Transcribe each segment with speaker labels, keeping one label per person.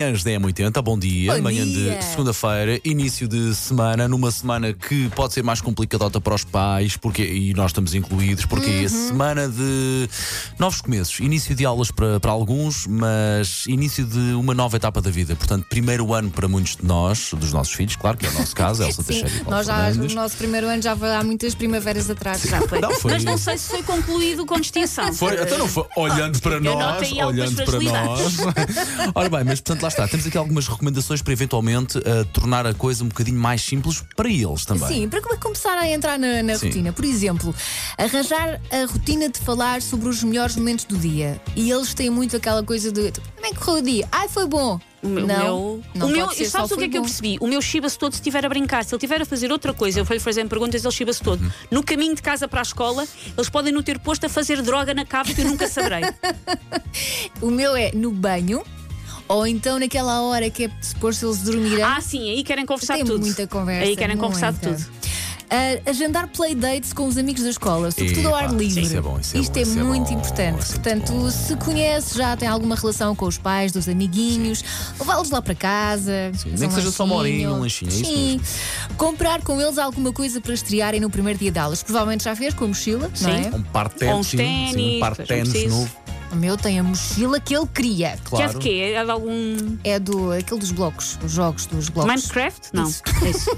Speaker 1: Manhãs da M80, bom dia.
Speaker 2: Bom
Speaker 1: Manhã
Speaker 2: dia.
Speaker 1: de segunda-feira, início de semana, numa semana que pode ser mais complicadota para os pais, porque, e nós estamos incluídos, porque
Speaker 2: Uhum.
Speaker 1: é semana de novos começos, início de aulas para, para alguns, mas início de uma nova etapa da vida. Portanto, primeiro ano para muitos de nós, dos nossos filhos, claro que é o nosso caso, Elsa
Speaker 2: Sim,
Speaker 1: Teixeira e Paulo
Speaker 2: nós já,
Speaker 1: Fernandes.
Speaker 2: o nosso primeiro ano já foi há muitas primaveras atrás. Já foi.
Speaker 1: Não, foi-
Speaker 3: Mas não sei se foi concluído com distinção.
Speaker 1: Foi, até então não foi, olhando para
Speaker 3: nota
Speaker 1: nós,
Speaker 3: aí algumas
Speaker 1: olhando para nós. Ora bem, mas portanto lá está, temos aqui algumas recomendações para eventualmente eh, tornar a coisa um bocadinho mais simples para eles também.
Speaker 2: Sim, para come- começar a entrar na, na
Speaker 1: Sim.
Speaker 2: rotina. Por exemplo, arranjar a rotina de falar sobre os melhores momentos do dia. E eles têm muito aquela coisa de como é que correu o dia? Ai, foi bom.
Speaker 3: O meu,
Speaker 2: não, não
Speaker 3: o meu
Speaker 2: pode ser só
Speaker 3: sabes o que
Speaker 2: foi
Speaker 3: é que eu
Speaker 2: bom.
Speaker 3: percebi? O meu chiba-se todo se estiver a brincar. Se ele estiver a fazer outra coisa, eu fui fazendo perguntas, ele chiba-se todo.
Speaker 1: Uhum.
Speaker 3: No caminho de casa para a escola, eles podem não ter posto a fazer droga na cave que eu nunca saberei.
Speaker 2: O meu é no banho, ou então naquela hora que é suposto eles dormirem.
Speaker 3: ah, sim, aí querem conversar
Speaker 2: Tem
Speaker 3: de tudo.
Speaker 2: muita conversa. é,
Speaker 3: Aí querem conversar de
Speaker 2: muita.
Speaker 3: tudo.
Speaker 2: Ah, agendar playdates com os amigos da escola, sobretudo ao
Speaker 1: Epá,
Speaker 2: ar livre.
Speaker 1: isso é bom, isso é
Speaker 2: Isto
Speaker 1: bom,
Speaker 2: é
Speaker 1: isso é
Speaker 2: muito
Speaker 1: bom,
Speaker 2: importante.
Speaker 1: isso é muito
Speaker 2: Portanto,
Speaker 1: bom.
Speaker 2: se conhece, já tem alguma relação com os pais, dos amiguinhos, levá-los lá para casa.
Speaker 1: Sim,
Speaker 2: fazer
Speaker 1: nem
Speaker 2: um
Speaker 1: que seja só uma horinha, um lanchinho, é isso
Speaker 2: Sim. Comprar com eles alguma coisa para estrearem no primeiro dia de aulas. Provavelmente já fez com a mochila, não
Speaker 3: Sim.
Speaker 2: é?
Speaker 1: Um par de ténis,
Speaker 3: Ou uns
Speaker 1: sim, sim, um
Speaker 3: ténis,
Speaker 1: par de
Speaker 3: pois,
Speaker 1: ténis
Speaker 3: preciso.
Speaker 1: novo,
Speaker 2: O meu tem a mochila que ele queria.
Speaker 3: Que é
Speaker 1: claro.
Speaker 3: de quê? É de algum.
Speaker 2: É do, aquele dos blocos, os jogos dos blocos.
Speaker 3: Minecraft? Não.
Speaker 2: Isso.
Speaker 3: Isso.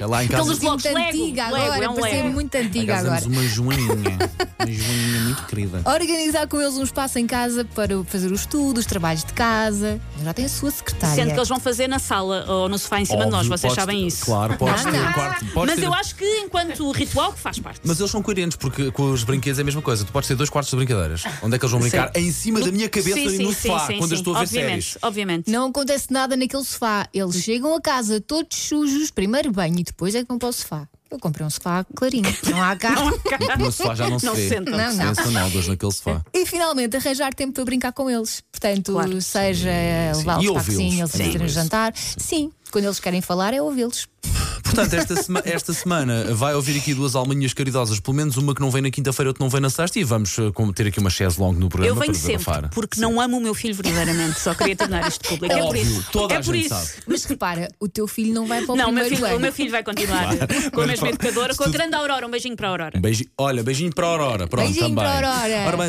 Speaker 1: É lá em casa.
Speaker 3: Aqueles blocos
Speaker 2: muito
Speaker 3: Lego,
Speaker 2: antiga
Speaker 3: Lego,
Speaker 2: agora,
Speaker 3: é um
Speaker 2: parecia
Speaker 3: Lego.
Speaker 2: muito
Speaker 1: Lá em
Speaker 2: antiga
Speaker 1: casa
Speaker 2: agora.
Speaker 1: temos uma joaninha, uma joaninha muito querida.
Speaker 2: Organizar com eles um espaço em casa para fazer os estudos, os trabalhos de casa. Já tem a sua secretária.
Speaker 3: Sendo que eles vão fazer na sala ou no sofá em cima de nós,
Speaker 1: Óbvio,
Speaker 3: vocês
Speaker 1: podes
Speaker 3: sabem
Speaker 1: ter-
Speaker 3: isso. Ah,
Speaker 1: Claro,
Speaker 3: tá.
Speaker 1: podes
Speaker 2: Não,
Speaker 1: ter um
Speaker 2: não.
Speaker 1: quarto. podes
Speaker 3: Mas
Speaker 1: ter-
Speaker 3: eu acho que enquanto ritual que faz parte.
Speaker 1: Mas eles são coerentes, porque com os brinquedos é a mesma coisa. Tu podes ter dois quartos de brincadeiras. Onde é que eles vão brincar?
Speaker 3: Sim.
Speaker 1: Em cima da minha cabeça
Speaker 3: sim,
Speaker 1: e no
Speaker 3: sim, sim,
Speaker 1: sofá,
Speaker 3: sim,
Speaker 1: quando eu
Speaker 3: sim.
Speaker 1: estou a ver
Speaker 3: obviamente,
Speaker 1: séries.
Speaker 3: Obviamente.
Speaker 2: Não acontece nada naquele sofá. Eles chegam a casa todos sujos, primeiro banho e depois é que vão para o sofá. Eu comprei um sofá clarinho, não há cá.
Speaker 1: No sofá já não se
Speaker 3: Não
Speaker 1: vê.
Speaker 3: sentam.
Speaker 2: Não, não.
Speaker 1: Se sentam, não, dois naquele sofá.
Speaker 2: E finalmente arranjar tempo para brincar com eles. Portanto,
Speaker 3: Claro.
Speaker 2: seja
Speaker 1: sim. E
Speaker 2: levá-los para a
Speaker 1: ouvi-los.
Speaker 2: cozinha, eles
Speaker 1: Sim.
Speaker 2: fazerem o
Speaker 1: Isso.
Speaker 2: jantar. Sim, quando eles querem falar é ouvi-los.
Speaker 1: Portanto, esta, sema- esta semana vai ouvir aqui duas alminhas caridosas, pelo menos uma que não vem na quinta-feira, outra não vem na sexta, e vamos eh, com- ter aqui uma chaise longa no programa
Speaker 3: Eu venho
Speaker 1: para desabafar.
Speaker 3: sempre, porque não amo o meu filho verdadeiramente, só queria tornar isto público. é por
Speaker 1: Óbvio,
Speaker 3: isso.
Speaker 1: toda
Speaker 3: é
Speaker 1: a
Speaker 3: por
Speaker 1: gente
Speaker 3: isso.
Speaker 1: sabe.
Speaker 2: Mas repara, o teu filho não vai para o
Speaker 3: Não, o meu,
Speaker 2: primeiro
Speaker 3: filho,
Speaker 2: ano.
Speaker 3: o meu filho vai continuar com a mesma educadora, com a grande Aurora. Um beijinho para a Aurora.
Speaker 1: Beijinho, olha, beijinho para a Aurora. Pronto,
Speaker 2: Beijinho
Speaker 1: também.
Speaker 2: para a Aurora.
Speaker 1: Ora bem,